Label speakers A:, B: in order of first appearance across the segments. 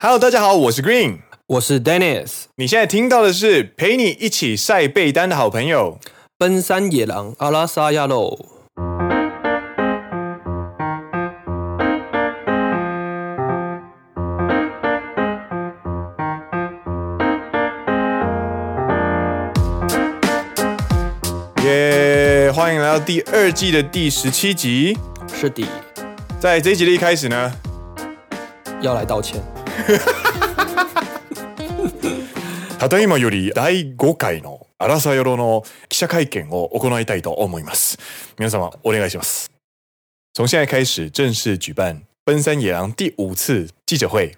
A: Hello，大家好，我是 Green。
B: 我是 Dennis，
A: 你现在听到的是陪你一起晒被单的好朋友。
B: 奔山野狼阿拉萨亚喽。
A: 耶、欢迎来到第二季的第十七集。
B: 是的，
A: 在这一集的一开始呢，
B: 要来道歉。
A: ただいまより第5回のアラサヨロの記者会見を行いたいと思います。皆様お願いします。从现在开始正式举办奔山野狼第五次记者会。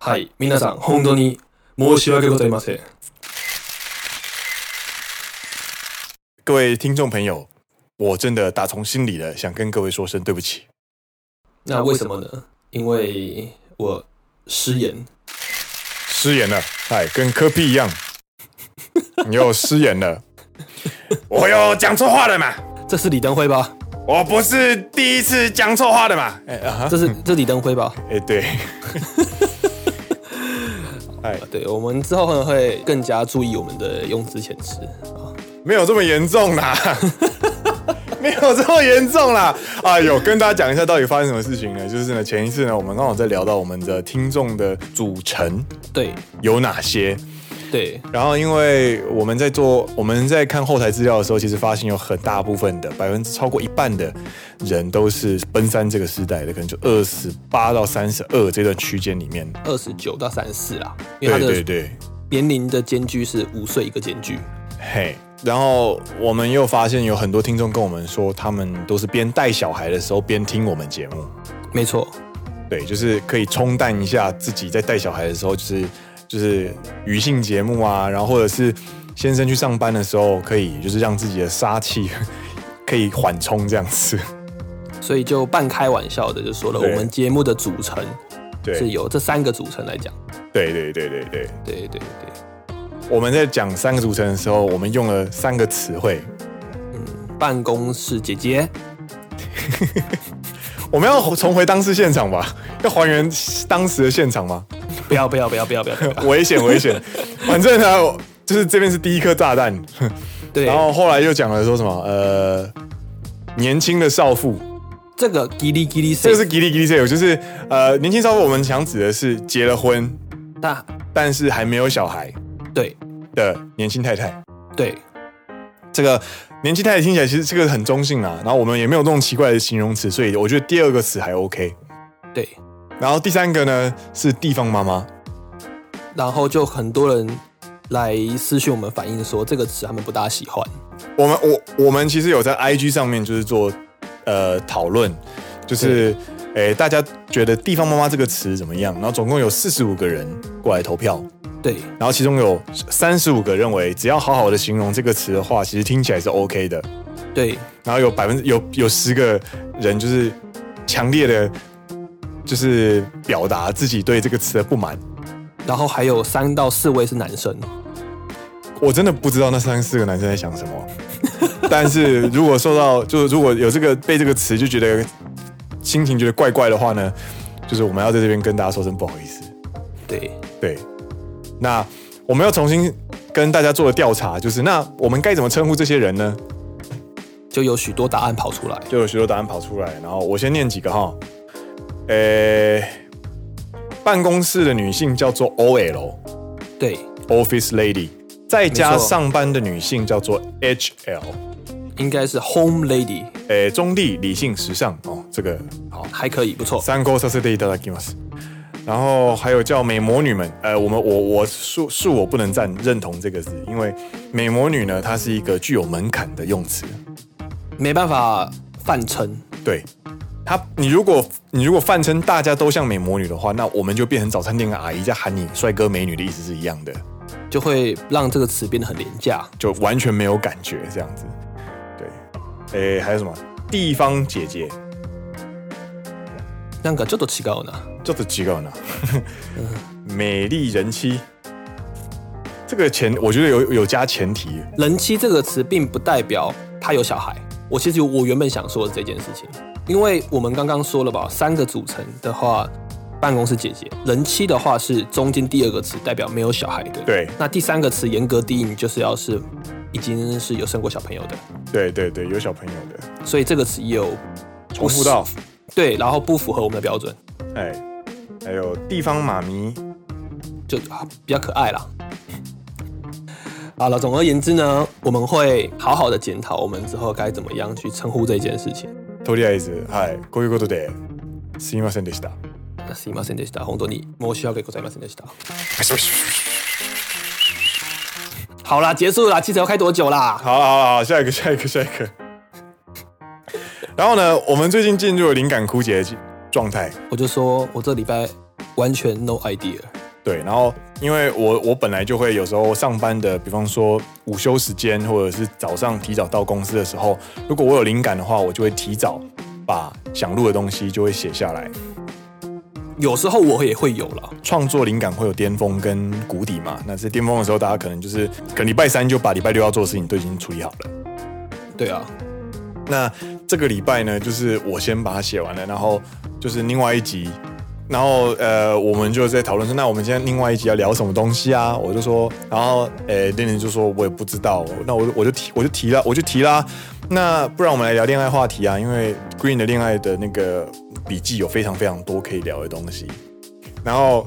B: はい、皆さん本当に申し訳ございません。
A: 各位听众朋友，我真的打从心里的想跟各位说声对不起。
B: 那为什么呢？因为我失言。
A: 失言了，哎，跟科比一样， 你又失言了。我又讲错话了嘛？
B: 这是李登辉吧？
A: 我不是第一次讲错话的嘛？哎啊哈，
B: 这 是这是李登辉吧？
A: 哎对， 哎
B: 对，我们之后可能会更加注意我们的用词遣词。
A: 没有这么严重啦， 没有这么严重啦。哎呦，跟大家讲一下到底发生什么事情呢？就是呢，前一次呢，我们刚好在聊到我们的听众的组成
B: 对
A: 有哪些，
B: 对，
A: 然后，因为我们在做我们在看后台资料的时候，其实发现有很大部分的百分之超过一半的人都是奔三这个时代的，可能就二十八到三十二这段区间里面。
B: 二十九到三十四啦，因为
A: 对
B: 他
A: 对
B: 的
A: 对，
B: 年龄的间距是五岁一个间距。
A: 嘿。然后我们又发现有很多听众跟我们说，他们都是边带小孩的时候边听我们节目，
B: 没错，
A: 对，就是可以冲淡一下自己在带小孩的时候，就是就是余兴节目啊，然后或者是先生去上班的时候，可以就是让自己的杀气可以缓冲这样子。
B: 所以就半开玩笑的就说了，我
A: 对
B: 们节目的组成是
A: 对，
B: 由这三个组成来讲。
A: 对对对对对，
B: 对对对，
A: 我们在讲三个组成的时候，我们用了三个词汇，
B: 办公室 姐姐，
A: 我们要重回当时现场吧，要还原当时的现场吗？
B: 不要不要不要不要不 要，不要
A: 危险危险，反正呢，就是这边是第一颗炸弹，
B: 对，
A: 然后后来又讲了说什么呃，年轻的少妇。
B: 这个叽哩叽哩
A: 这
B: 声
A: 个，是吉利吉利 sale，就是呃，年轻少妇我们想指的是结了婚
B: 那
A: 但是还没有小孩
B: 对
A: 的年轻太太。
B: 对
A: 这个年轻太太听起来其实这个很中性啊，然后我们也没有这种奇怪的形容词，所以我觉得第二个词还 OK。
B: 对，
A: 然后第三个呢是地方妈妈，
B: 然后就很多人来私讯我们反映说这个词他们不大喜欢，
A: 我们我我们其实有在 IG 上面就是做呃讨论，就是诶大家觉得地方妈妈这个词怎么样？然后总共有四十五个人过来投票，
B: 对
A: 然后其中有三十五个认为，只要好好的形容这个词的话，其实听起来是 OK 的。
B: 对
A: 然后有百分之有有十个人就是强烈的，就是表达自己对这个词的不满。
B: 然后还有三到四位是男生，
A: 我真的不知道那三四个男生在想什么。但是如果受到，就是如果有这个被这个词就觉得心情觉得怪怪的话呢，就是我们要在这边跟大家说声不好意思。
B: 对
A: 对，那我们要重新跟大家做的调查，就是那我们该怎么称呼这些人呢？
B: 就有许多答案跑出来，
A: 就有许多答案跑出来，然后我先念几个哈。呃、办公室的女性叫做 OL（Office
B: 对，
A: Lady），在家
B: 没错
A: 上班的女性叫做 HL。
B: 应该是 home lady
A: 诶、呃中立、理性、时尚哦，这个好。
B: 还可以不错，
A: 参考させていただきます。然后还有叫美魔女们，呃，我们我我恕恕我不能赞认同这个字，因为美魔女呢，它是一个具有门槛的用词。
B: 没办法泛称，
A: 对，他，你如果你如果泛称大家都像美魔女的话，那我们就变成早餐店的阿姨在喊你帅哥美女的意思是一样的，
B: 就会让这个词变得很廉价，
A: 就完全没有感觉这样子。对，诶，还有什么地方姐姐，
B: 那个叫做乞丐呢，
A: 这是几个呢？ 美丽人妻，这个前我觉得有有加前提，
B: 人妻这个词并不代表他有小孩。我其实我原本想说的这件事情，因为我们刚刚说了吧，三个组成的话，办公室姐姐，人妻的话是中间第二个词，代表没有小孩的。，
A: 对
B: 那第三个词严格定义，你就是要是已经是有生过小朋友的，
A: 对对对，有小朋友的，
B: 所以这个词也有
A: 重复到，
B: 对，然后不符合我们的标准，
A: 哎，还有地方妈咪，
B: 就、啊比较可爱啦。好了，总而言之呢，我们会好好的检讨我们之后该怎么样去称呼这件事情。
A: とりあえず、はい、哎こういうことで、すみませんでした。
B: すいませんでした。本当に啊申し訳ございませんでした。好啦，结束啦，汽车要开多久啦？
A: 好好好，下一个， 下一个，下一个。然后呢，我们最近进入了灵感枯竭的状态，
B: 我就说我这礼拜完全 no idea。
A: 对。然后，因为我我本来就会有时候上班的，比方说午休时间，或者是早上提早到公司的时候，如果我有灵感的话，我就会提早把想录的东西就会写下来。
B: 有时候我也会有啦，
A: 创作灵感会有巅峰跟谷底嘛，那在巅峰的时候，大家可能就是可能礼拜三就把礼拜六要做的事情都已经处理好了。
B: 对啊，
A: 那这个礼拜呢，就是我先把它写完了，然后就是另外一集，然后呃，我们就在讨论说，那我们今天另外一集要聊什么东西啊？我就说，然后呃，恋人就说我也不知道，那我我就提我就提了，我就提啦。那不然我们来聊恋爱话题啊，因为 Green 的恋爱的那个笔记有非常非常多可以聊的东西。然后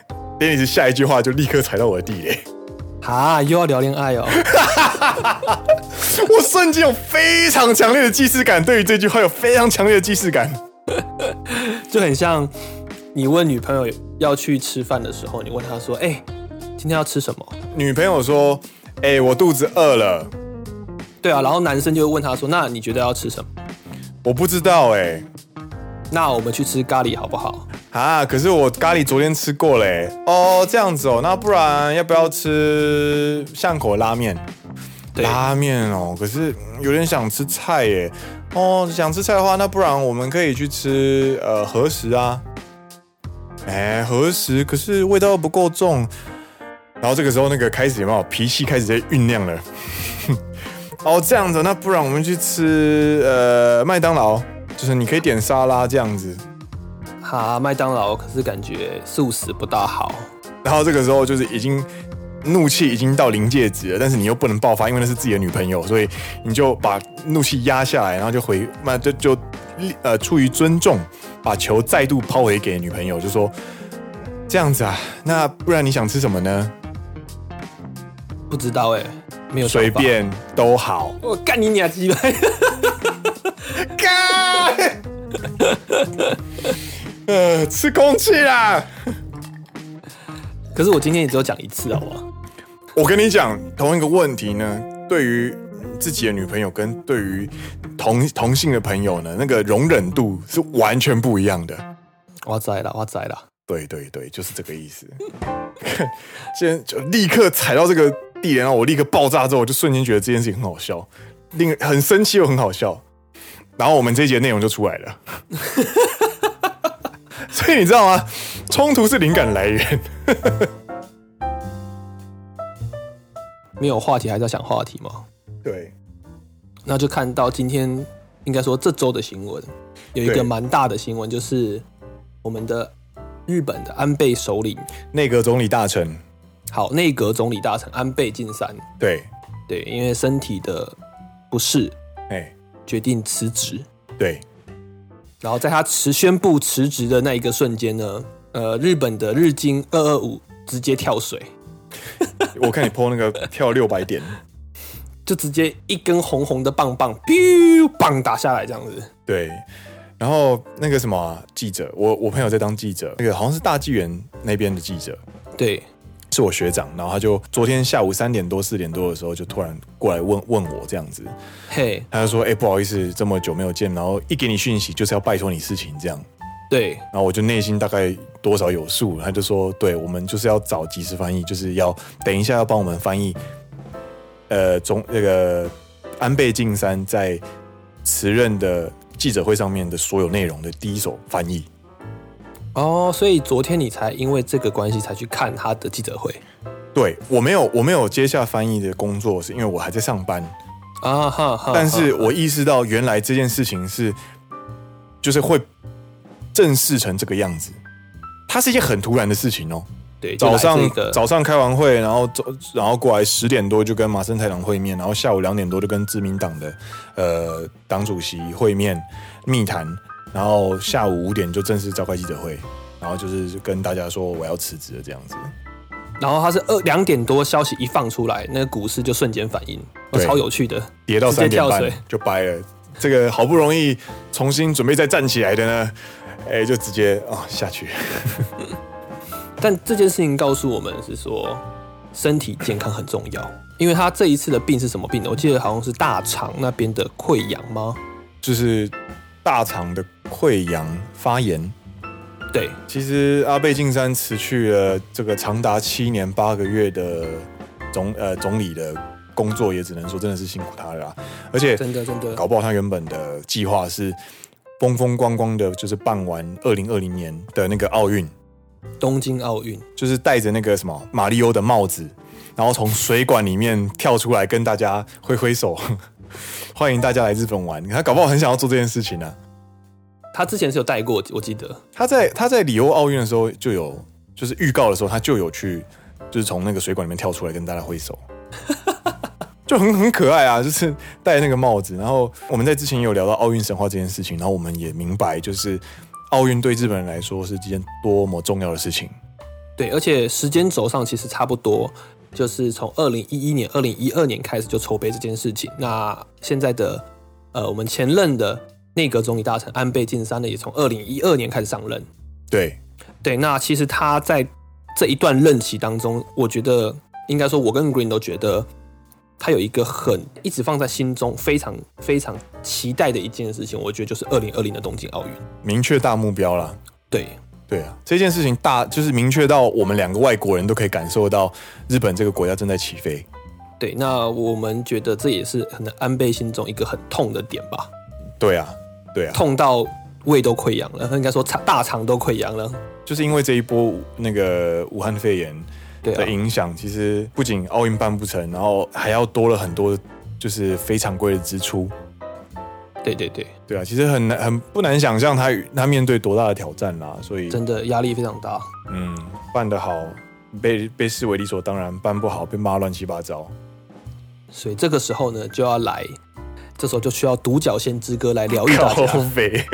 A: Dennis 下一句话就立刻踩到我的地雷，
B: 哈，又要聊恋爱哦。
A: 我瞬间有非常强烈的既视感，对于这句话有非常强烈的既视感。
B: 就很像你问女朋友要去吃饭的时候，你问她说：“哎、今天要吃什么
A: 女朋友说：“哎、我肚子饿了，？”
B: 对啊，然后男生就会问她说：“那你觉得要吃什么
A: 我不知道哎、？”
B: 那我们去吃咖喱好不好？
A: 啊，可是我咖喱昨天吃过嘞、哦，这样子哦，那不然要不要吃巷口拉面？
B: 对，
A: 拉面哦，可是有点想吃菜耶、哦，想吃菜的话，那不然我们可以去吃呃和食啊。哎，和食，可是味道又不够重。然后这个时候，那个开始有没有脾气开始在酝酿了？ 哦，这样子，那不然我们去吃呃麦当劳，就是你可以点沙拉这样子。
B: 哈，麦当劳可是感觉素食不大好。
A: 然后这个时候就是已经怒气已经到临界值了，但是你又不能爆发，因为那是自己的女朋友，所以你就把怒气压下来，然后就回那就就呃出于尊重，把球再度抛回给女朋友，就说这样子啊，那不然你想吃什么呢？
B: 不知道哎、没有想法
A: 随。便都好。
B: 我干你俩鸡巴！
A: 干，呃， 吃空气啦。
B: 可是我今天也只有讲一次，好不好？
A: 我跟你讲，同一个问题呢，对于自己的女朋友跟对于同同性的朋友呢，那个容忍度是完全不一样的。
B: 哇塞啦，哇塞啦！
A: 对对对，就是这个意思。 现在就立刻踩到这个地雷，然后我立刻爆炸之后，我就瞬间觉得这件事情很好笑，令很生气又很好笑。然后我们这一节内容就出来了。 所以你知道吗？冲突是灵感来源。
B: 没有话题还在想话题吗？
A: 对，
B: 那就看到今天应该说这周的新闻，有一
A: 对
B: 个蛮大的新闻，就是我们的日本的安倍首领，
A: 内阁总理大臣，
B: 好内阁总理大臣安倍晋三，
A: 对，
B: 对，因为身体的不适
A: 哎，
B: 决定辞职。
A: 对，
B: 然后在他辞宣布辞职的那一个瞬间呢，呃，日本的日经二二五直接跳水，
A: 我看你破那个跳六百点，
B: 就直接一根红红的棒棒，biu 棒打下来这样子。
A: 对。然后那个什么啊、记者，我我朋友在当记者，那个好像是大纪元那边的记者，
B: 对，
A: 是我学长。然后他就昨天下午三点多四点多的时候，就突然过来问问我这样子，
B: 嘿，
A: 他就说：“哎、不好意思，这么久没有见，然后一给你讯息就是要拜托你事情这样。”
B: 对，
A: 然后我就内心大概多少有数，他就说：“对我们就是要找即时翻译，就是要等一下要帮我们翻译，呃，总那个安倍晋三在辞任的记者会上面的所有内容的第一手翻译。
B: 哦，所以昨天你才因为这个关系才去看他的记者会
A: 对我没有我没有接下翻译的工作，是因为我还在上班，
B: 啊哈哈。
A: 但是
B: 哈
A: 我意识到原来这件事情是就是会正视成这个样子。它是一件很突然的事情哦。
B: 对，就
A: 早
B: 来
A: 上
B: 这个
A: 早上开完会，然后走，然后过来十点多就跟马森太郎会面，然后下午两点多就跟自民党的呃党主席会面密谈，然后下午五点就正式召开记者会，然后就是跟大家说我要辞职了这样子。
B: 然后他是二两点多消息一放出来，那个股市就瞬间反应，
A: 对
B: 超有趣的。
A: 跌到
B: 直接
A: 三点
B: 跳
A: 半
B: 水
A: 就掰了。这个好不容易重新准备再站起来的呢，哎，就直接啊、哦下去。
B: 但这件事情告诉我们是说，身体健康很重要。因为他这一次的病是什么病呢？我记得好像是大肠那边的溃疡吗？
A: 就是大肠的溃疡发炎。
B: 对，
A: 其实阿倍晋三辞去了这个长达七年八个月的总呃总理的工作，也只能说真的是辛苦他了啦。而且
B: 真的真的
A: 搞不好他原本的计划是风风光光的，就是办完二零二零年的那个奥运，
B: 东京奥运，
A: 就是戴着那个什么马里欧的帽子，然后从水管里面跳出来跟大家挥挥手， 欢迎大家来日本玩。他搞不好很想要做这件事情啊呢、
B: 他之前是有带过，我记得。
A: 他在他在里欧奥运的时候就有，就是预告的时候他就有去，就是从那个水管里面跳出来跟大家挥手， 就很很可爱啊，就是戴那个帽子。然后我们在之前也有聊到奥运神话这件事情，然后我们也明白，就是奥运对日本人来说是一件多么重要的事情。
B: 对，而且时间轴上其实差不多，就是从二零一一年、二零一二年开始就筹备这件事情。那现在的呃，我们前任的内阁总理大臣安倍晋三呢，也从二零一二年开始上任。
A: 对，
B: 对，那其实他在这一段任期当中，我觉得应该说，我跟 Green 都觉得他有一个很一直放在心中非常非常期待的一件事情，我觉得就是二零二零的东京奥运。
A: 明确大目标啦。
B: 对，
A: 对啊，这件事情大就是明确到我们两个外国人都可以感受到日本这个国家正在起飞。
B: 对，那我们觉得这也是可能安倍心中一个很痛的点吧，
A: 对啊，对啊，
B: 痛到胃都溃疡了，应该说肠大肠都溃疡了。
A: 就是因为这一波那个武汉肺炎
B: 对
A: 的
B: 啊，
A: 影响，其实不仅奥运办不成，然后还要多了很多就是非常规的支出。
B: 对对对，
A: 对啊，其实很难很不难想象他他面对多大的挑战啦。所以
B: 真的压力非常大。
A: 嗯，办得好被被视为理所当然，办不好被骂乱七八糟。
B: 所以这个时候呢，就要来，这时候就需要独角仙之歌来疗愈大家。
A: 肥，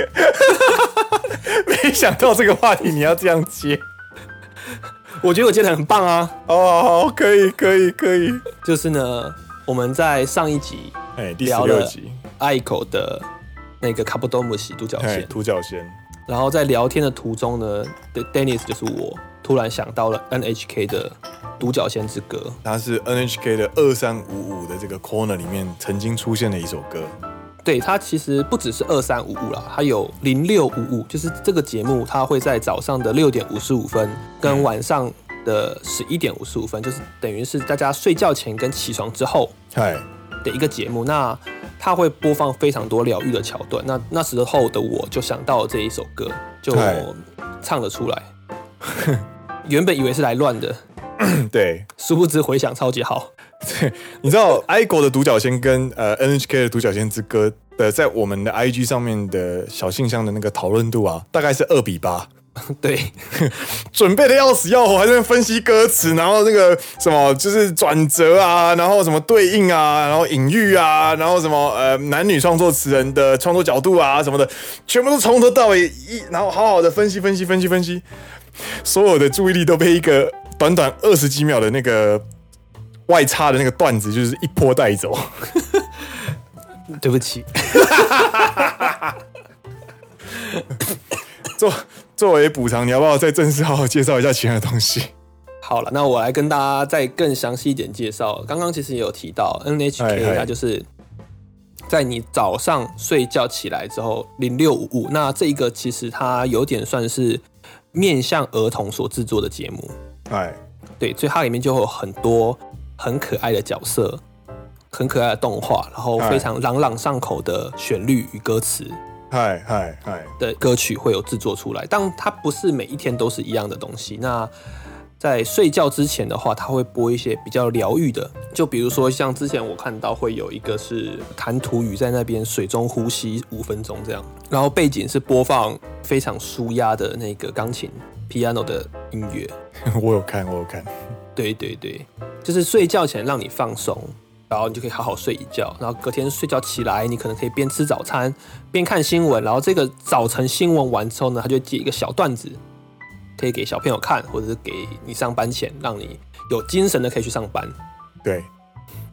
A: 没想到这个话题你要这样接
B: 我觉得我接的很棒啊。
A: 哦，好，可以，可以，可以。
B: 就是呢，我们在上一集
A: 哎，第十
B: 聊
A: 六
B: 了
A: 集，
B: 爱口的那个卡布多姆喜独角
A: 哎，
B: 仙，
A: 独角仙，
B: 然后在聊天的途中呢对，Dennis 就是我突然想到了 NHK 的《独角仙之歌》，
A: 它是 NHK 的二三五五的这个 corner 里面曾经出现的一首歌。
B: 对它其实不只是二三五五啦，它有零六五五，就是这个节目它会在早上的六点五十五分跟晚上的十一点五十五分，就是等于是大家睡觉前跟起床之后
A: 嗨，
B: 的一个节目，那它会播放非常多疗愈的桥段。那那时候的我就想到了这一首歌，就
A: 对
B: 唱了出来。 原本以为是来乱的，
A: 对，
B: 殊不知回响超级好。
A: 你知道 i g o 的独角仙跟呃 NHK 的独角仙之歌的，在我们的 IG 上面的小信箱的那个讨论度啊，大概是二比八。
B: 对
A: 准备的要死要活，还在那边分析歌词，然后那个什么就是转折啊，然后什么对应啊，然后隐喻啊，然后什么呃男女创作词人的创作角度啊什么的，全部都从头到尾一，然后好好的分析分析分析分析，所有的注意力都被一个短短二十几秒的那个外插的那个段子，就是一波带走。
B: 对不起，
A: 作作为补偿，你要不要再正式好好介绍一下其他的东西？
B: 好了，那我来跟大家再更详细一点介绍。刚刚其实也有提到
A: 哎
B: NHK，
A: 哎
B: 它就是在你早上睡觉起来之后零六五五，那这一个其实它有点算是面向儿童所制作的节目。
A: 哎，
B: 对，所以它里面就会有很多很可爱的角色，很可爱的动画，然后
A: 哎
B: 非常朗朗上口的旋律与歌词
A: 嗨嗨嗨，
B: 的歌曲会有制作出来。但它不是每一天都是一样的东西。那在睡觉之前的话，它会播一些比较疗愈的，就比如说像之前我看到会有一个是弹涂鱼在那边水中呼吸五分钟这样，然后背景是播放非常舒压的那个钢琴 piano 的音乐。
A: 我有看，我有看。
B: 对对对，就是睡觉前让你放松，然后你就可以好好睡一觉，然后隔天睡觉起来，你可能可以边吃早餐边看新闻，然后这个早晨新闻完之后呢，他就接一个小段子，可以给小朋友看，或者是给你上班前，让你有精神的可以去上班。
A: 对，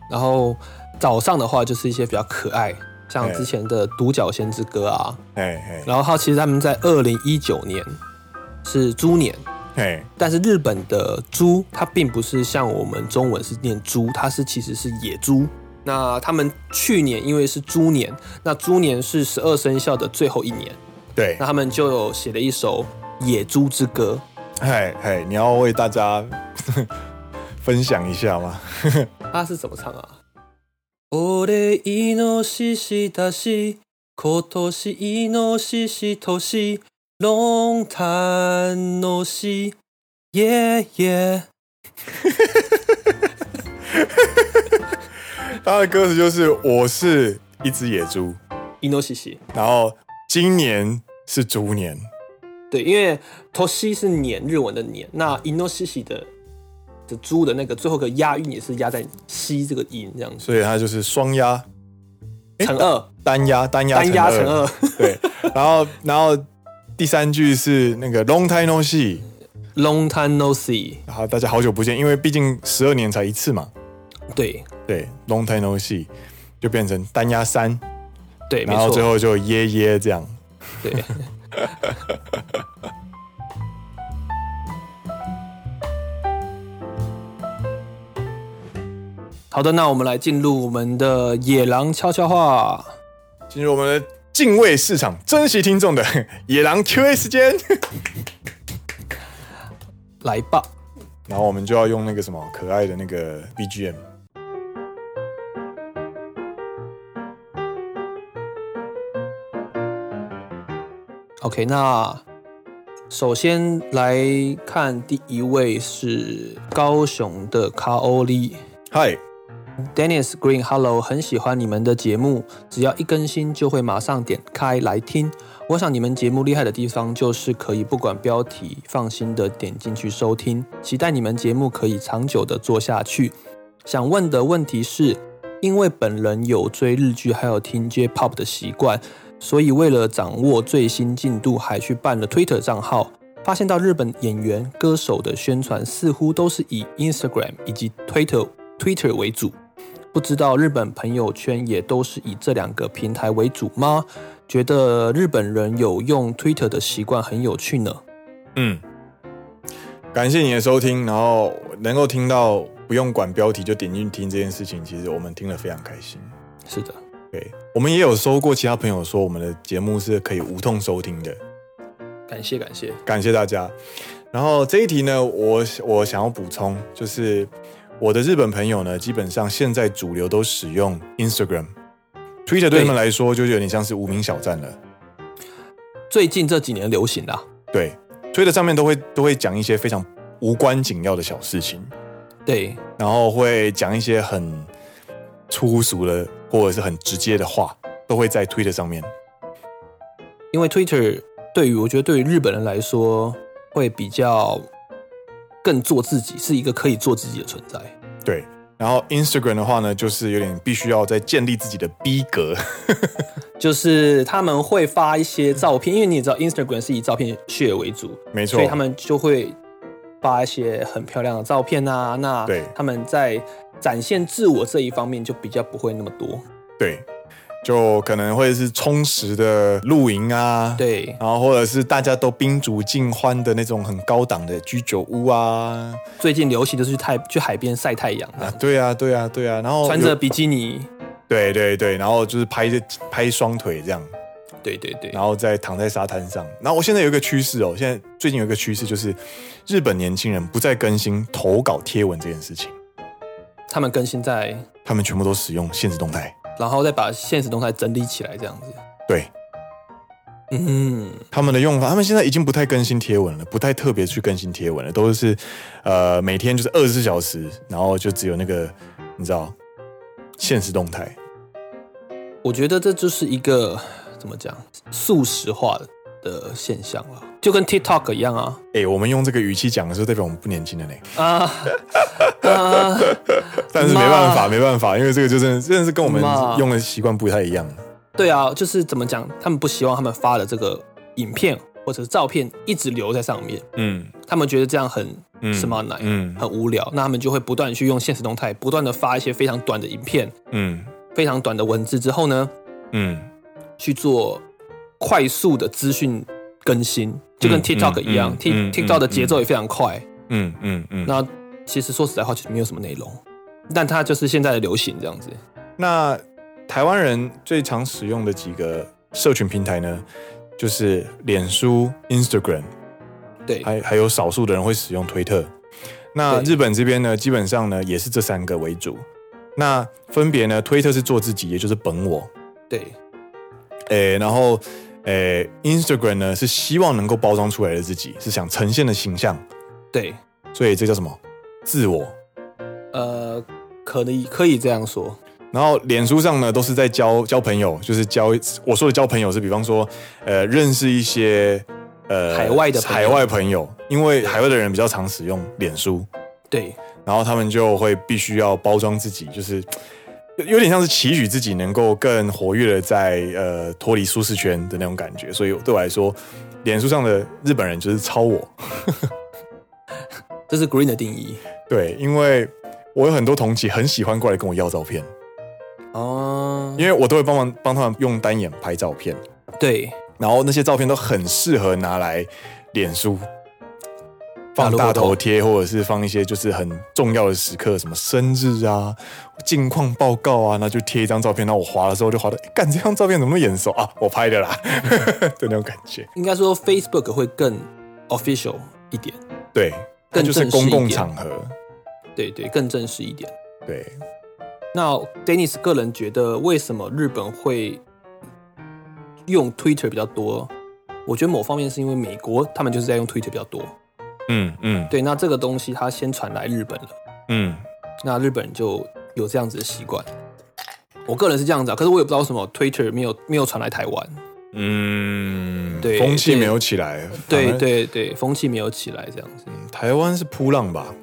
B: 然后早上的话就是一些比较可爱，像之前的《独角仙之歌》啊，
A: 哎哎
B: 然后他其实他们在二零一九年是猪年，
A: 哎，
B: 但是日本的猪，它并不是像我们中文是念猪，它是其实是野猪。那他们去年因为是猪年，那猪年是十二生肖的最后一年，
A: 对
B: 那，他们就有写了一首《野猪之歌
A: 哎哎，你要为大家 分享一下吗？》，
B: 它是怎么唱啊？我的イノシシだし、今年イノシシ年、龙潭のし、耶耶。
A: 他的歌词就是“我是一只野猪
B: イノシシ。”，
A: 然后今年是猪年，
B: 对，因为 toshi 是年，日文的年，那 inoshishi 的的猪的那个最后个押韵也是押在西这个音这样子，
A: 所以他就是双压、诶
B: 乘二，
A: 单压、单压、
B: 单押乘二，
A: 对，然后然后第三句是那个 “long time no see”，
B: long time no see，
A: 然后大家好久不见，因为毕竟十二年才一次嘛。
B: 对
A: 对，long time no see 就变成单压三，
B: 对，没
A: 然后最
B: 错，
A: 后就耶耶这样。
B: 对。好的，那我们来进入我们的野狼悄悄话。
A: 进入我们的敬畏市场，珍惜听众的 野狼 Q&A 时间。
B: 来吧，
A: 然后我们就要用那个什么可爱的那个 BGM。
B: OK，那首先来看第一位是高雄的卡欧利
A: 嗨，
B: Dennis Green。Hello，很喜欢你们的节目，只要一更新就会马上点开来听。我想你们节目厉害的地方就是可以不管标题，放心的点进去收听。期待你们节目可以长久的做下去。想问的问题是，因为本人有追日剧，还有听 J-pop 的习惯，所以为了掌握最新进度，还去办了 Twitter 账号。发现到日本演员、歌手的宣传似乎都是以 Instagram 以及 Twitter Twitter 为主，不知道日本朋友圈也都是以这两个平台为主吗？觉得日本人有用 Twitter 的习惯很有趣呢。
A: 嗯，感谢你的收听，然后能够听到不用管标题就点进去听这件事情，其实我们听了非常开心。
B: 是的，
A: 对，我们也有收过其他朋友说我们的节目是可以无痛收听的，
B: 感谢感谢。
A: 感谢大家。然后这一题呢，我我想要补充，就是我的日本朋友呢，基本上现在主流都使用 Instagram、Twitter，对他们来说就有点像是无名小站了。
B: 最近这几年流行的啊、
A: 对，Twitter 上面都会都会讲一些非常无关紧要的小事情，
B: 对
A: 然后会讲一些很粗俗的或者是很直接的话，都会在 Twitter 上面。
B: 因为 Twitter 对于我觉得对于日本人来说会比较更做自己，是一个可以做自己的存在。
A: 对，然后 Instagram 的话呢，就是有点必须要在建立自己的逼格。
B: 就是他们会发一些照片，因为你也知道 Instagram 是以照片 share 为主，
A: 没错，
B: 所以他们就会发一些很漂亮的照片啊。那
A: 对
B: 他们在展现自我这一方面就比较不会那么多。
A: 对，就可能会是充实的露营啊，，
B: 对，
A: 然后或者是大家都宾主尽欢的那种很高档的居酒屋啊，
B: 最近流行的是去太去海边晒太阳这
A: 啊，
B: 样子，
A: 对啊，对啊，对啊，然后
B: 穿着
A: 有
B: 比基尼。
A: 对对对，然后就是拍着拍双腿这样，
B: 对对对
A: 然，后再躺在沙滩上。然后我现在有一个趋势哦，现在最近有一个趋势就是日本年轻人不再更新投稿贴文这件事情，
B: 他们更新在，
A: 他们全部都使用现实动态，
B: 然后再把现实动态整理起来这样子。
A: 对。
B: 嗯，
A: 他们的用法，他们现在已经不太更新贴文了，不太特别去更新贴文了，都是呃每天就是二十四小时，然后就只有那个你知道现实动态，
B: 我觉得这就是一个怎么讲，速食化的的现象了，就跟 TikTok 一样啊
A: 哎、我们用这个语气讲的时候，代表我们不年轻了呢。
B: 啊啊！
A: 但是没办法，
B: 妈
A: 没办法，因为这个就真的真的是跟我们
B: 妈
A: 用的习惯不太一样。
B: 对啊，就是怎么讲，他们不希望他们发的这个影片或者是照片一直留在上面，
A: 嗯
B: 他们觉得这样很
A: 嗯
B: 吃马奶，
A: 嗯
B: 很无聊，那他们就会不断地去用现实动态，不断的发一些非常短的影片、
A: 嗯
B: 非常短的文字之后呢，
A: 嗯，
B: 去做快速的资讯更新，就跟
A: 嗯
B: TikTok
A: 嗯
B: 一样、
A: 嗯
B: t
A: 嗯
B: i k t o k 的节奏也非常快。
A: 嗯嗯嗯。那
B: 那其实说实在话，其实没有什么内容，但它就是现在的流行这样子。
A: 那台湾人最常使用的几个社群平台呢，就是脸书、Instagram，
B: 对，
A: 还还有少数的人会使用推特。那
B: 对
A: 日本这边呢，基本上呢也是这三个为主。那分别呢，推特是做自己，也就是本我，
B: 对，
A: 诶、然后诶、Instagram 呢是希望能够包装出来的自己，是想呈现的形象，
B: 对，
A: 所以这叫什么？自我。
B: 呃，可以可以这样说，
A: 然后脸书上呢都是在交交朋友，就是交我说的交朋友是比方说，呃，认识一些呃
B: 海外的朋
A: 海
B: 友
A: 外朋友，因为海外的人比较常使用脸书，
B: 对，
A: 然后他们就会必须要包装自己，就是。有有点像是期许自己能够更活跃的在呃脱离舒适圈的那种感觉，所以对我来说，脸书上的日本人就是超我，
B: 这是 Green 的定义
A: 对，因为我有很多同期很喜欢过来跟我要照片，
B: 哦，
A: 因为我都会帮忙帮他们用单眼拍照片，
B: 对，
A: 然后那些照片都很适合拿来脸书放大头贴，或者是放一些就是很重要的时刻，什么生日啊、近况报告啊，那就贴一张照片。然后我滑的时候就滑到，诶干这张照片怎么那么眼熟啊？我拍的啦 的那种感觉。
B: 应该说 Facebook 会更 official 一点，
A: 对，它
B: 更
A: 就是
B: 正式
A: 公
B: 一
A: 共
B: 点
A: 场合。
B: 对对，更正式一点。
A: 对，
B: 那 Dennis 个人觉得，为什么日本会用 Twitter 比较多？我觉得某方面是因为美国他们就是在用 Twitter 比较多。
A: 嗯嗯
B: 对，那这个东西它先传来日本了，
A: 嗯
B: 那日本人就有这样子的习惯。我个人是这样子啊，可是我也不知道为什么 Twitter 没有没有传来台湾。
A: 嗯，
B: 对
A: 风气
B: 对
A: 没有起来。反
B: 对
A: 而，
B: 对对，风气没有起来这样子
A: 嗯台湾是扑浪吧？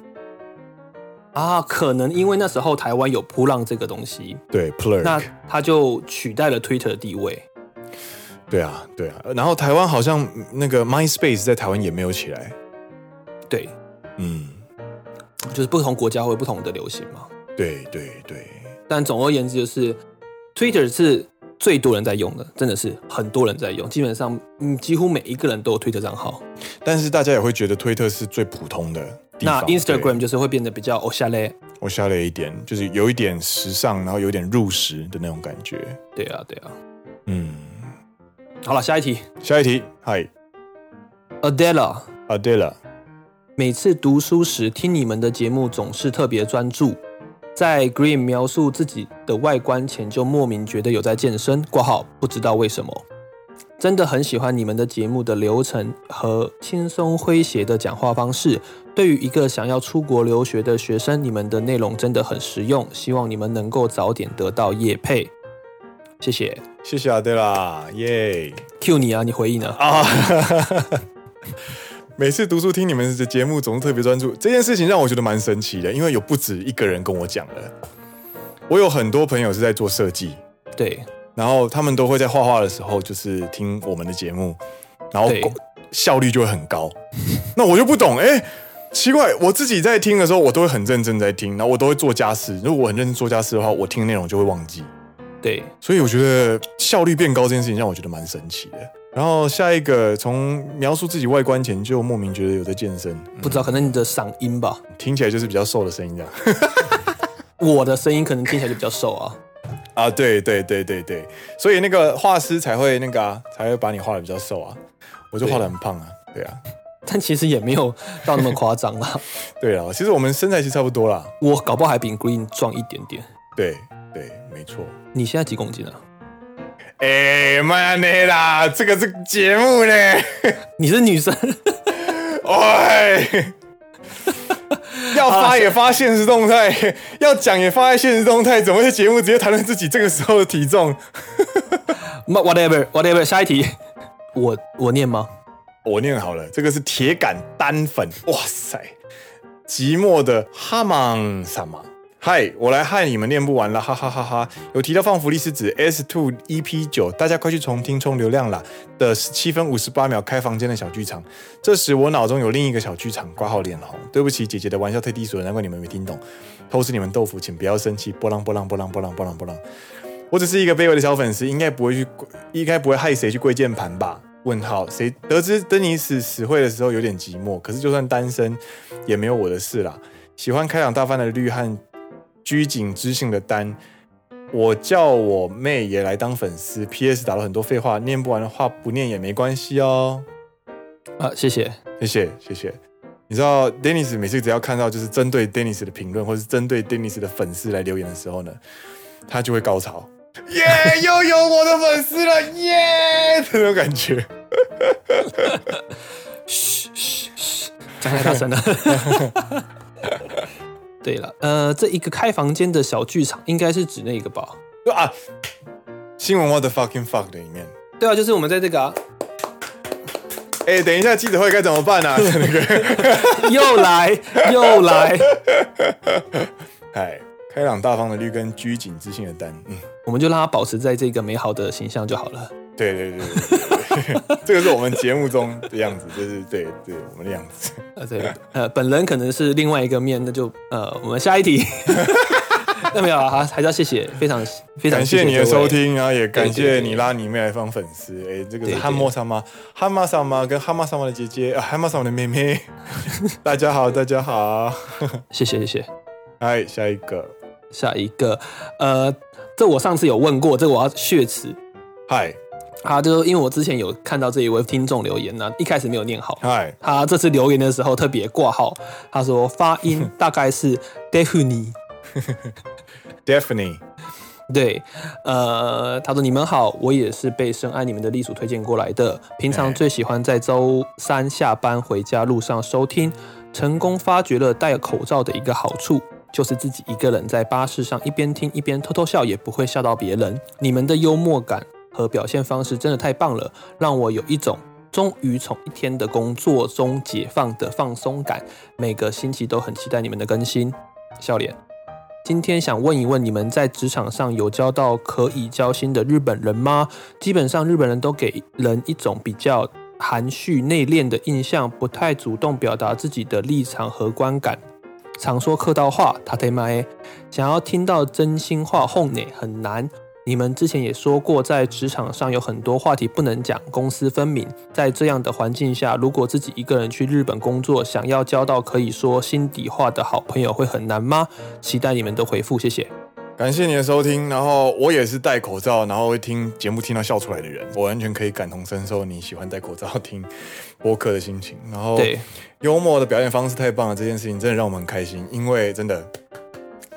B: 啊，可能因为那时候台湾有扑浪这个东西，
A: 对，plur。
B: 那它就取代了 Twitter 的地位。
A: 对啊，对啊。然后台湾好像嗯那个 MySpace 在台湾也没有起来。
B: 对，
A: 嗯，
B: 就是不同国家会有不同的流行嘛。
A: 对对对，
B: 但总而言之，就是 Twitter 是最多人在用的，真的是很多人在用，基本上嗯，几乎每一个人都有 Twitter 账号。
A: 但是大家也会觉得推特是最普通的地
B: 那
A: 方。
B: Instagram
A: 对
B: 就是会变得比较哦偶像嘞，
A: 我下了一点，就是有一点时尚，然后有一点入时的那种感觉。
B: 对啊，对啊。
A: 嗯，
B: 好了，下一题
A: 下一题，嗨
B: ，Adela，
A: ，Adela，
B: 每次读书时听你们的节目总是特别专注，在 Green 描述自己的外观前就莫名觉得有在健身，挂号不知道为什么。真的很喜欢你们的节目的流程和轻松诙谐的讲话方式。对于一个想要出国留学的学生，你们的内容真的很实用，希望你们能够早点得到业配。谢谢
A: 谢谢 Adela，耶、
B: ，Q 你啊，你回应啊。
A: 啊！每次读书听你们的节目，总是特别专注。这件事情让我觉得蛮神奇的，因为有不止一个人跟我讲了。我有很多朋友是在做设计，
B: 对
A: 然后他们都会在画画的时候，就是听我们的节目，然后
B: 对
A: 狗效率就会很高。 那我就不懂，哎、奇怪，我自己在听的时候，我都会很认真在听，然后我都会做家事。如果我很认真做家事的话，我听内容就会忘记。
B: 对，
A: 所以我觉得效率变高这件事情让我觉得蛮神奇的。然后下一个，从描述自己外观前就莫名觉得有在健身，
B: 不知道可能你的嗓音吧，
A: 听起来就是比较瘦的声音这样。
B: 我的声音可能听起来就比较瘦啊。
A: 啊，对对对对对，所以那个画师才会那个啊，才会把你画的比较瘦啊，我就画的很胖啊，对啊，
B: 但其实也没有到那么夸张啦。
A: 对啊，其实我们身材其实差不多啦，
B: 我搞不好还比 Green 壮一点点。
A: 对对，没错。
B: 你现在几公斤啊？
A: 哎，妈内啦，这个是节目呢，
B: 你是女生，
A: 喂，哎要发也发现实动态，要讲也发在现实动态，怎么会在节目直接谈论自己这个时候的体重？
B: Ma- whatever whatever。下一题我我念吗？
A: 我念好了，这个是铁杆单粉，哇塞！寂寞的哈曼萨玛，嗨，我来害你们念不完了，哈哈哈哈！有提到放福利是指 S Two EP 九，大家快去重听充流量啦的十七分五十八秒开房间的小剧场。这时我脑中有另一个小剧场，挂号脸红。对不起，姐姐的玩笑太低俗了，难怪你们没听懂。偷吃你们豆腐，请不要生气。波浪波浪波浪波浪波浪波浪。我只是一个卑微的小粉丝，应该不会去，应该不会害谁去跪键盘吧？问号，谁得知珍妮死死会的时候有点寂寞，可是就算单身也没有我的事啦。喜欢开朗大方的绿和拘谨知性的丹，我叫我妹也来当粉丝。P.S. 打了很多废话，念不完的话不念也没关系哦。
B: 啊，谢谢。
A: 谢谢谢谢。你知道 Dennis 每次只要看到就是针对 Dennis 的评论，或是针对 Dennis 的粉丝来留言的时候呢，他就会高潮，耶、又有我的粉丝了，耶、这种感觉。
B: 嘘嘘嘘，讲太大声了。 对了，呃，这一个开房间的小剧场应该是指那个吧？
A: 就啊，新闻 What the fucking fuck 的里面，
B: 对啊，就是我们在这个、啊、
A: 哎、等一下记者会该怎么办啊？那个，
B: 又来又来，
A: 哎，开朗大方的绿跟拘谨自信的丹，嗯，
B: 我们就让它保持在这个美好的形象就好了。
A: 对对对对对对，这个是我们节目中的样子，就是对对我们的样子。
B: 呃，对，呃，本人可能是另外一个面，那就呃，我们下一题。 那没有啊，还还是要谢谢，非常非常
A: 感谢你的
B: 各位
A: 收。听，然后也感
B: 对
A: 谢
B: 对对
A: 你拉你妹来放粉丝。哎，这个是
B: 对对
A: 汉莫萨妈、汉妈萨妈跟汉妈萨妈的姐姐，啊汉妈萨妈的妹妹。 大家好，大家好。
B: 谢谢谢谢。
A: 哎，下一个，
B: 下一个，呃，这我上次有问过，这我要血池。
A: 嗨
B: 啊，就是因为我之前有看到这一位听众留言呢、一开始没有念好，
A: 嗨，
B: 他这次留言的时候特别挂号，他说发 音大概是 d e f i n i
A: ，Daphne，
B: 对，呃，他说你们好，我也是被深爱你们的栗鼠推荐过来的，平
A: 哎
B: 常最喜欢在周三下班回家路上收听，成功发掘了戴口罩的一个好处。就是自己一个人在巴士上一边听一边偷偷笑，也不会笑到别人。你们的幽默感和表现方式真的太棒了，让我有一种终于从一天的工作中解放的放松感。每个星期都很期待你们的更新。笑脸，今天想问一问，你们在职场上有交到可以交心的日本人吗？基本上日本人都给人一种比较含蓄内敛的印象，不太主动表达自己的立场和观感，常说客套话。他得买，想要听到真心话后呢很难。你们之前也说过，在职场上有很多话题不能讲，公私分明。在这样的环境下，如果自己一个人去日本工作，想要交到可以说心底话的好朋友，会很难吗？期待你们的回复，谢谢。
A: 感谢你的收听。然后我也是戴口罩，然后会听节目听到笑出来的人，我完全可以感同身受你喜欢戴口罩听播客的心情。然后
B: 对，
A: 幽默的表演方式太棒了，这件事情真的让我们很开心，因为真的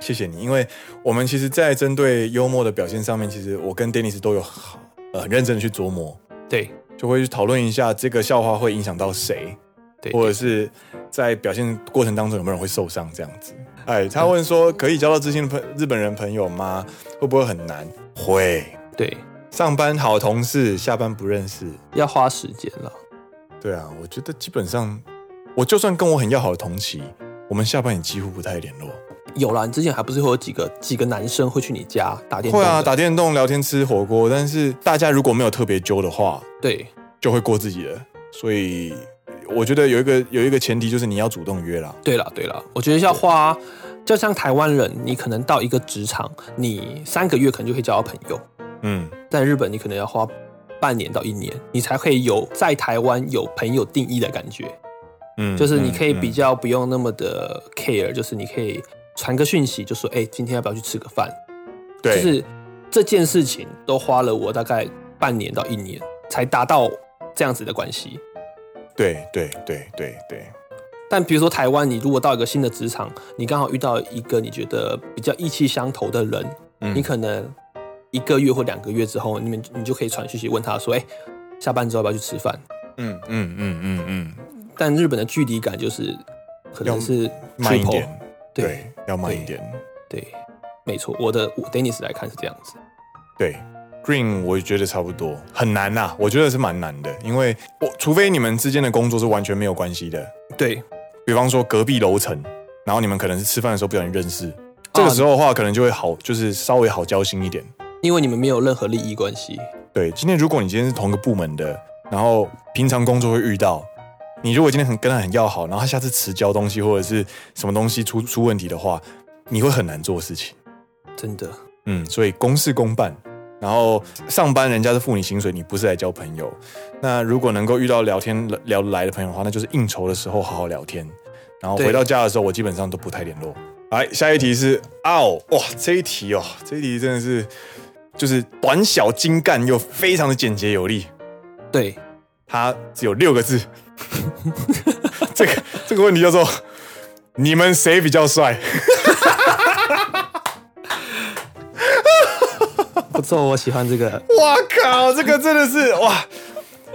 A: 谢谢你，因为我们其实，在针对幽默的表现上面，其实我跟 Dennis 都有好呃很认真的去琢磨，
B: 对，
A: 就会去讨论一下这个笑话会影响到谁，
B: 对
A: 或者是在表现过程当中有没有人会受伤这样子。哎，他问说可以交到知心的朋日本人朋友吗？会不会很难？会，
B: 对，
A: 上班好同事，下班不认识。
B: 要花时间了。
A: 对啊，我觉得基本上，我就算跟我很要好的同期，我们下班也几乎不太联络。
B: 有啦，你之前还不是会有几个几个男生会去你家打电话？
A: 会啊，打电动、聊天、吃火锅，但是大家如果没有特别揪的话，
B: 对
A: 就会过自己的。所以我觉得有一个有一个前提就是你要主动约啦。
B: 对了对了，我觉得要花，就像台湾人，你可能到一个职场，你三个月可能就可以交到朋友，
A: 嗯，
B: 但日本你可能要花半年到一年，你才可以有在台湾有朋友定义的感觉。
A: 嗯，
B: 就是你可以比
A: 嗯
B: 较不用那么的 care，、就是你可以传个讯息，就说哎、今天要不要去吃个饭？
A: 嗯
B: 就
A: 对，
B: 是这件事情都花了我大概半年到一年才达到这样子的关系。
A: 对对对对对，
B: 但比如说台湾，你如果到一个新的职场，你刚好遇到一个你觉得比较意气相投的人，
A: 嗯
B: 你可能一个月或两个月之后，你们你就可以传讯息问他说，哎、下班之后要不要去吃饭？
A: 嗯嗯嗯嗯嗯，
B: 但日本的距离感就是可能
A: 要
B: 是
A: 嗯慢一
B: triple，
A: 点，
B: 对
A: 对，要慢一点，
B: 对，没错，我的我 Dennis 来看是这样子。
A: 对， Green 我觉得差不多，很难呐、我觉得是蛮难的，因为我除非你们之间的工作是完全没有关系的，
B: 对，
A: 比方说隔壁楼层，然后你们可能是吃饭的时候不小心认识，这个时候的话可能就会好，就是稍微好交心一点。
B: 因为你们没有任何利益关系，
A: 对，今天如果你今天是同个部门的，然后平常工作会遇到，你如果今天很跟他很要好，然后他下次迟交东西或者是什么东西出出问题的话，你会很难做事情。
B: 真的。
A: 嗯，所以公事公办。然后上班人家是付你薪水，你不是来交朋友。那如果能够遇到聊天聊得来的朋友的话，那就是应酬的时候好好聊天。然后
B: 对
A: 回到家的时候，我基本上都不太联络。来，下一题是啊哦，哇，这一题哦，这一题真的是就是短小精干又非常的简洁有力。
B: 对，
A: 它只有六个字。这个这个问题叫做你们谁比较帅？
B: 不错，我喜欢这个。
A: 哇靠，这个真的是哇！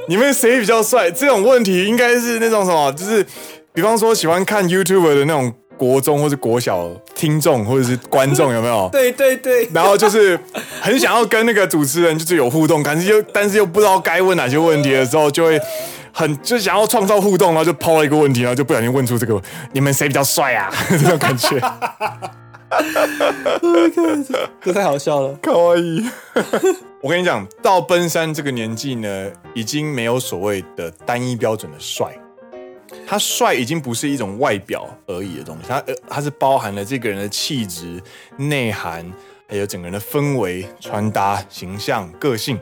A: 你们谁比较帅？这种问题应该是那种什么，就是比方说喜欢看 YouTube 的那种国中或是国小听众或者是观众有没 有？
B: 对对对，
A: 然后就是很想要跟那个主持人就是有互动，但是又但是又不知道该问哪些问题的时候，就会很就想要创造互动，然后就抛了一个问题，然后就不小心问出这个你们谁比较帅啊 这种感觉，
B: 这太好笑了。
A: 可爱。 我跟你讲，到奔三这个年纪呢，已经没有所谓的单一标准的帅，他帅已经不是一种外表而已的东西，他呃他是包含了这个人的气质、内涵，还有整个人的氛围、穿搭、形象、个性。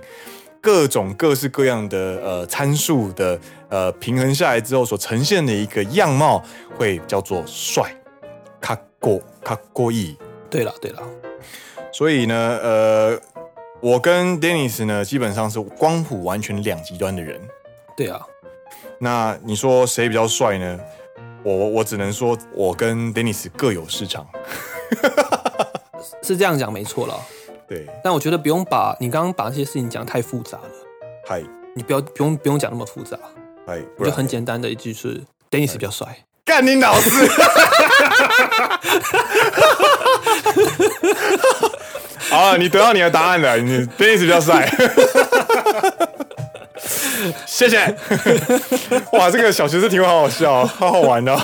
A: 各种各式各样的呃参数的呃平衡下来之后所呈现的一个样貌，会叫做帅，卡过卡过意。
B: 对了对了，
A: 所以呢，呃，我跟 Dennis 呢，基本上是光谱完全两极端的人。
B: 对啊，
A: 那你说谁比较帅呢？我我只能说，我跟 Dennis 各有市场。
B: 是这样讲没错了。
A: 对，
B: 但我觉得不用把你刚刚把那些事情讲太复杂了，
A: 嗨
B: 你不要不用不用讲那么复杂，
A: 嗨，
B: 你就很简单的一句是 Dennis 比较帅。
A: 干你老师！好了，你得到你的答案了，你 Dennis 比较帅。谢谢。 哇，这个小学生题目好好笑哦、好好玩哦。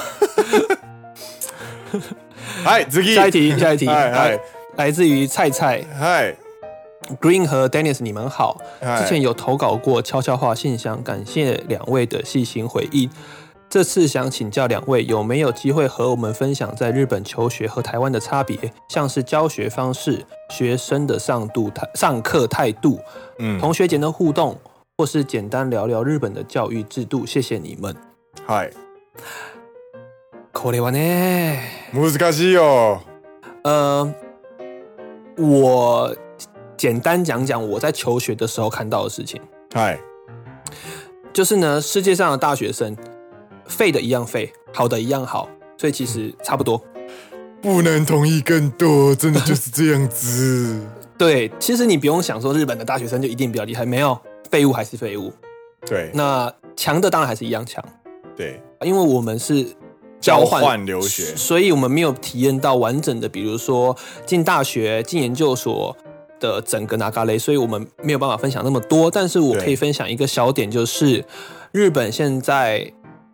A: 嗨，子怡，
B: 下一题，下一 题，
A: 嗨嗨
B: 来自于菜菜
A: 嗨，
B: Green 和 Dennis，你们好。
A: 嗨
B: 之前有投稿过悄悄话信箱，感谢两位的细心回应。这次想请教两位，有没有机会和我们分享在日本求学和台湾的差别，像是教学方式、学生的上度态、上课态度、
A: 嗯，
B: 同学间的互动，或是简单聊聊日本的教育制度？谢谢你们。
A: 嗨，
B: これはね、
A: 難しいよ。
B: 呃，我简单讲讲我在求学的时候看到的事情。
A: 嗨，
B: 就是呢，世界上的大学生，废的一样废，好的一样好，所以其实差不多。
A: 不能同意更多，真的就是这样 子。
B: 对，其实你不用想说日本的大学生就一定比较厉害，没有，废物还是废物。
A: 对
B: 那强的当然还是一样强，
A: 对，
B: 因为我们是
A: 交
B: 换
A: 换留学
B: 所以我们没有体验到完整的，比如说进大学、进研究所的整个拿嘎雷，所以我们没有办法分享那么多。但是我
A: 对
B: 可以分享一个小点，就是日本现在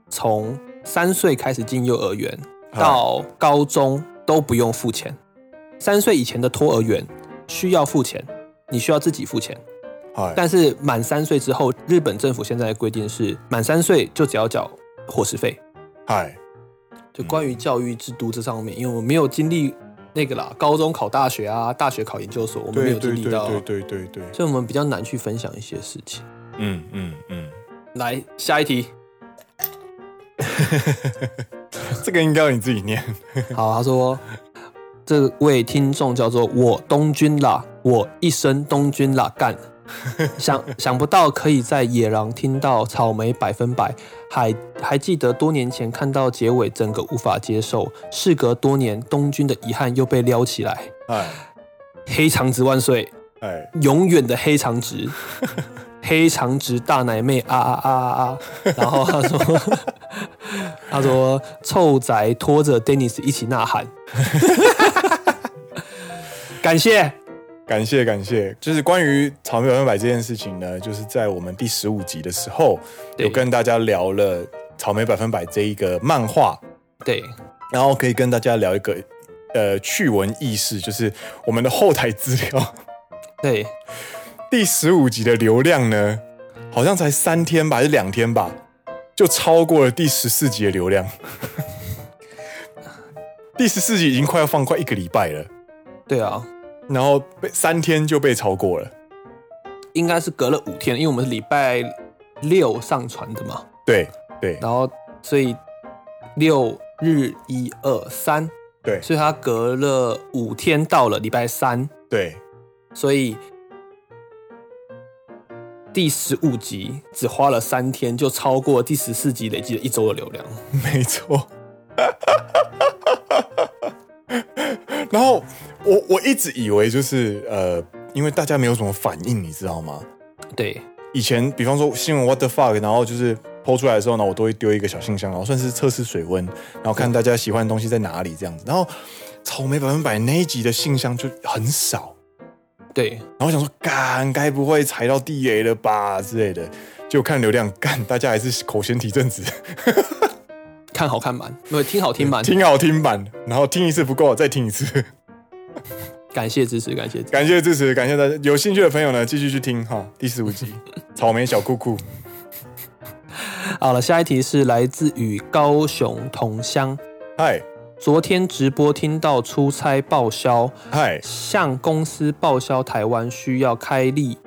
B: 从三岁开始进幼儿园
A: 嗨
B: 到高中都不用付钱，三岁以前的托儿园需要付钱，你需要自己付钱。
A: 嗨，
B: 但是满三岁之后，日本政府现在的规定是满三岁就只要缴伙食费。
A: 嗨，
B: 就关于教育制度这上面，因为我没有经历那个啦，高中考大学啊，大学考研究所，我们
A: 对
B: 没有经
A: 对
B: 历
A: 对
B: 到，
A: 对对对对，
B: 所以我们比较难去分享一些事情。
A: 嗯嗯嗯，
B: 来，下一题。
A: 这个应该要你自己 念。
B: 好，他说这位听众叫做我东君啦，我一生东君啦干。想想不到可以在野狼听到草莓百分百，还还记得多年前看到结尾，整个无法接受。事隔多年，东君的遗憾又被撩起来，
A: 哎
B: 黑长直万岁！
A: 哎，
B: 永远的黑长 直，黑长直大奶妹啊啊啊啊啊！然后他说， 他说臭宅 拖着 Dennis 一起呐喊，感谢
A: 感谢感谢，就是关于草莓百分百这件事情呢，就是在我们第十五集的时候，
B: 对
A: 有跟大家聊了草莓百分百这一个漫画，
B: 对，
A: 然后可以跟大家聊一个呃趣闻轶事，就是我们的后台资料
B: 对，
A: 第十五集的流量呢，好像才三天吧，还是两天吧，就超过了第十四集的流量。 第十四集已经快要放快一个礼拜了，
B: 对啊，
A: 然后被三天就被超过了。
B: 应该是隔了五天，因为我们是礼拜六上传的嘛，
A: 对对
B: 然后所以六日一二三，
A: 对
B: 所以它隔了五天到了礼拜三，
A: 对，
B: 所以第十五集只花了三天就超过第十四集累积了一周的流量，
A: 没错。然后我我一直以为就是呃，因为大家没有什么反应，你知道吗？
B: 对
A: 以前比方说新闻 What the fuck，然后就是抛出来的时候呢，我都会丢一个小信箱，然后算是测试水温，然后看大家喜欢的东西在哪里这样子。然后草莓百分百那一集的信箱就很少，
B: 对，
A: 然后我想说，干该不会踩到地雷了吧之类的。就看流量，干大家还是口嫌体正直，
B: 看好看满，没有听好听满，
A: 听好听版，然后听一次不够再听一次。
B: 感谢支持，感谢支持，
A: 感谢支持，感谢大家。有兴趣的朋友呢，继续去听哈，第十五 集《草莓小裤裤》。
B: 好了，下一题是来自于高雄同乡。
A: 嗨
B: 昨天直播听到出差报销，
A: 嗨，
B: 向公司报销台湾需要开立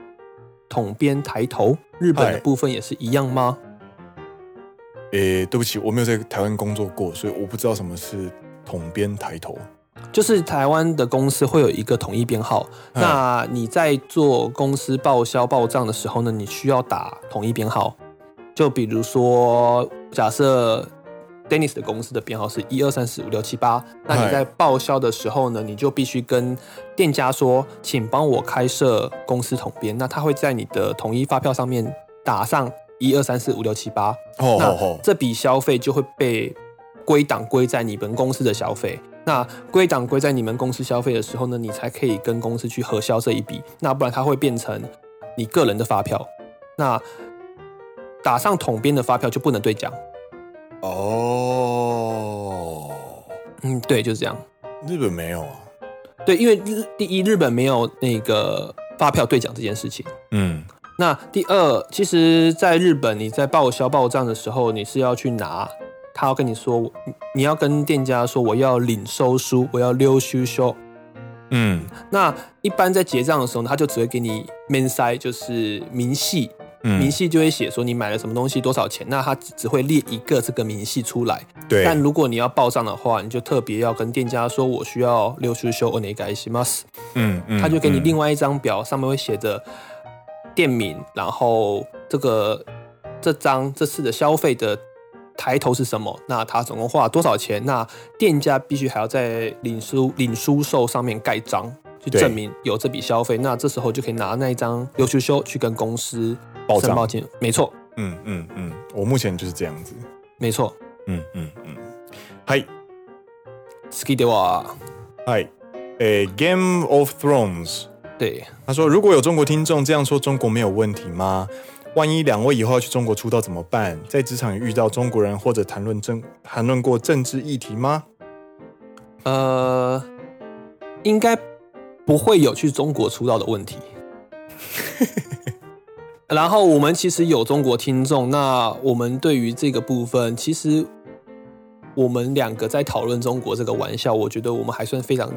B: 统编抬头，日本
A: 嗨
B: 的部分也是一样吗？
A: 诶、对不起，我没有在台湾工作过，所以我不知道什么是统编抬头。
B: 就是台湾的公司会有一个统一编号，
A: 嗯
B: 那你在做公司报销报账的时候呢，你需要打统一编号。就比如说，假设 Dennis 的公司的编号是一二三四五六七八，那
A: 嗨
B: 你在报销的时候呢，你就必须跟店家说，请帮我开设公司统编，那他会在你的统一发票上面打上一二三四五六七八，
A: 哦
B: 那
A: 哦哦，
B: 这笔消费就会被归档归在你们公司的消费。那归档归在你们公司消费的时候呢，你才可以跟公司去核销这一笔，那不然它会变成你个人的发票。那打上统编的发票就不能兑奖。
A: 哦，
B: 嗯，对，就是这样。
A: 日本没有啊。
B: 对，因为日第一日本没有那个发票兑奖这件事情。
A: 嗯，
B: 那第二，其实在日本，你在报销报账的时候，你是要去拿，他要跟你说，你你要跟店家说我要领收书，我要溜须收。
A: 嗯
B: 那一般在结账的时候呢，他就只会给你 men 塞，就是明细，明
A: 嗯，
B: 细就会写说你买了什么东西多少钱，那他只只会列一个这个明细出来。
A: 对，
B: 但如果你要报账的话，你就特别要跟店家说我需要溜须修 o n e g a i s m a s
A: 嗯嗯
B: 他就给你另
A: 外
B: 外一张表，上面会写着店名，然后这个这张这次的消费的抬头是什么，那他总共花了多少钱，那店家必须还要在领书领书售上面盖章。去
A: 对
B: 证明有这笔消费，那这时候就可以拿那一张留学修去跟公司
A: 报
B: 申报
A: 账。
B: 金，没错，
A: 嗯嗯嗯，我目前就是这样子。
B: 没错。
A: 嗯嗯嗯，嗨
B: Ski 的话，
A: 嗨，诶，《Game of Thrones》。
B: 对，
A: 他说：“如果有中国听众这样说中国没有问题吗？万一两位以后要去中国出道怎么办？在职场也遇到中国人或者谈论政谈论过政治议题吗？
B: 呃，应该不会有去中国出道的问题。 然后我们其实有中国听众，那我们对于这个部分，其实我们两个在讨论中国这个玩笑，我觉得我们还算非常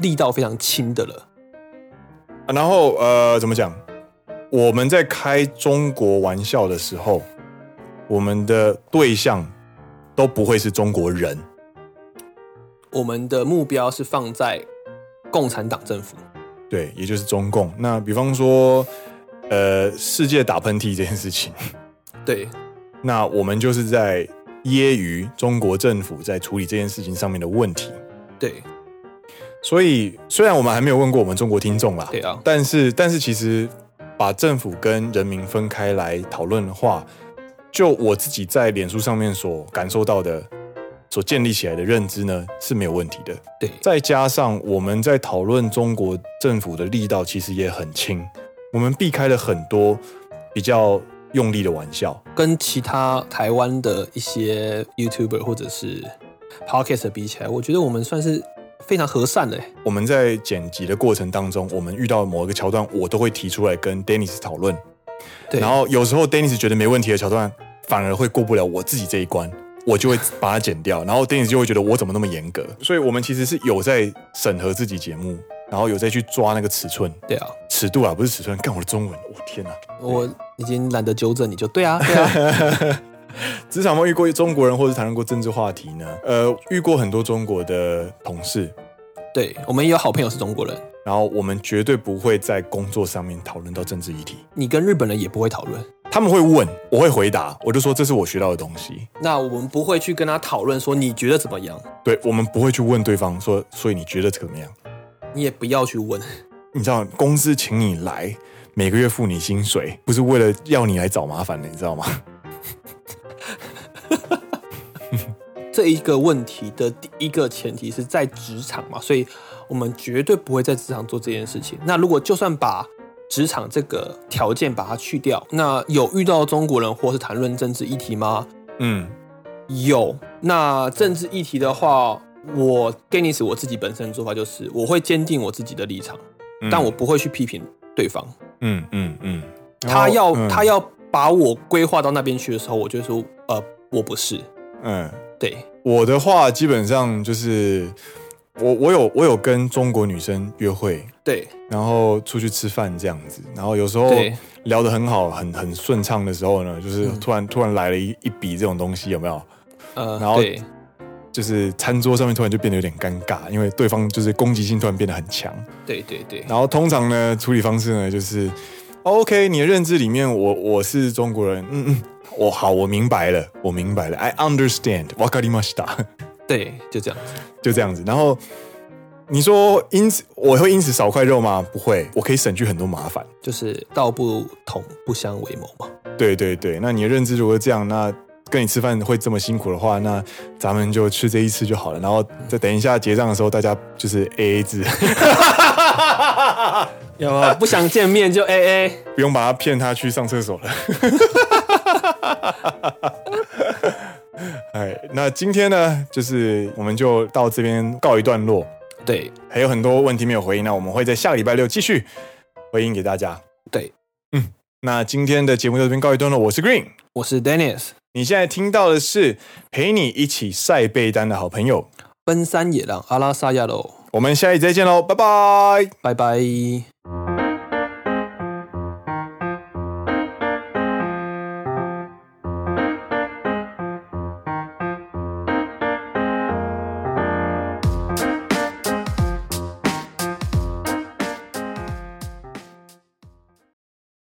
B: 力道非常轻的了。
A: 啊然后呃，怎么讲？我们在开中国玩笑的时候，我们的对象都不会是中国人。
B: 我们的目标是放在共产党政府，
A: 对，也就是中共。那比方说，呃，世界打喷嚏这件事情，
B: 对
A: 那我们就是在揶揄中国政府在处理这件事情上面的问题。”
B: 对
A: 所以虽然我们还没有问过我们中国听众啦，
B: 对啊，
A: 但是但是其实把政府跟人民分开来讨论的话，就我自己在脸书上面所感受到的，所建立起来的认知呢是没有问题的。
B: 对，
A: 再加上我们在讨论中国政府的力道其实也很轻，我们避开了很多比较用力的玩笑。
B: 跟其他台湾的一些 YouTuber 或者是 Podcast 比起来，我觉得我们算是非常和善的欸。
A: 我们在剪辑的过程当中，我们遇到某一个桥段，我都会提出来跟 Dennis 讨论。
B: 对，
A: 然后有时候 Dennis 觉得没问题的桥段，反而会过不了我自己这一关，我就会把它剪掉。然后 Dennis 就会觉得我怎么那么严格？所以我们其实是有在审核自己节目，然后有在去抓那个尺寸、
B: 对啊，
A: 尺度啊，不是尺寸。看我的中文，我、天哪！
B: 我已经懒得纠正你就对啊，对 啊，
A: 职场有遇过中国人，或是谈论过政治话题呢？呃，遇过很多中国的同事，
B: 对我们也有好朋友是中国人，
A: 然后我们绝对不会在工作上面讨论到政治议题。
B: 你跟日本人也不会讨论。
A: 他们会问，我会回答，我就说这是我学到的东西。
B: 那我们不会去跟他讨论说你觉得怎么样，
A: 对我们不会去问对方说，所以你觉得怎么样？
B: 你也不要去问。
A: 你知道公司请你来，每个月付你薪水，不是为了要你来找麻烦的，你知道吗？
B: 这一个问题的第一个前提是在职场嘛，所以我们绝对不会在职场做这件事情。那如果就算把职场这个条件把它去掉，那有遇到中国人或是谈论政治议题吗？
A: 嗯，
B: 有。那政治议题的话，我 Dennis 我自己本身的做法就是，我会坚定我自己的立场，
A: 嗯
B: 但我不会去批评对方。
A: 嗯嗯嗯，
B: 他
A: 然
B: 要、
A: 后
B: 他，要把我规划到那边去的时候，我就说，呃，我不是。
A: 嗯嗯，
B: 对，
A: 我的话基本上就是我我有我有跟中国女生约会，
B: 对，
A: 然后出去吃饭这样子，然后有时候
B: 对
A: 聊得很好、很很顺畅的时候呢，就是突然、突然来了一一笔这种东西，有没有？
B: 呃，
A: 然后
B: 对，
A: 就是餐桌上面突然就变得有点尴尬，因为对方就是攻击性突然变得很强。
B: 对对对，
A: 然后通常呢，处理方式呢就是、哦 OK，你的认知里面我我是中国人，嗯嗯，我好，我明白了，我明白了，I understand，わかりました。
B: 对，就这样子。
A: 就这样子。然后你说因此我会因此少块肉吗？不会，我可以省去很多麻烦。
B: 就是道不同不相为谋嘛。
A: 对对对，那你的认知如果这样，那跟你吃饭会这么辛苦的话，那咱们就吃这一次就好了。然后再等一下结账的时候，大家就是 A A 制，
B: 有啊不想见面就 A A，
A: 不用把他骗他去上厕所了。哎，那今天呢，就是我们就到这边告一段落，
B: 对
A: 还有很多问题没有回应，那我们会在下个礼拜六继续回应给大家。
B: 对，
A: 那今天的节目就到这边告一段落，我是 Green。
B: 我是 Dennis，
A: 你现在听到的是陪你一起晒被单的好朋友，
B: 奔山野狼阿拉萨亚喽，
A: 我们下一集再见喽，拜拜。
B: 拜拜。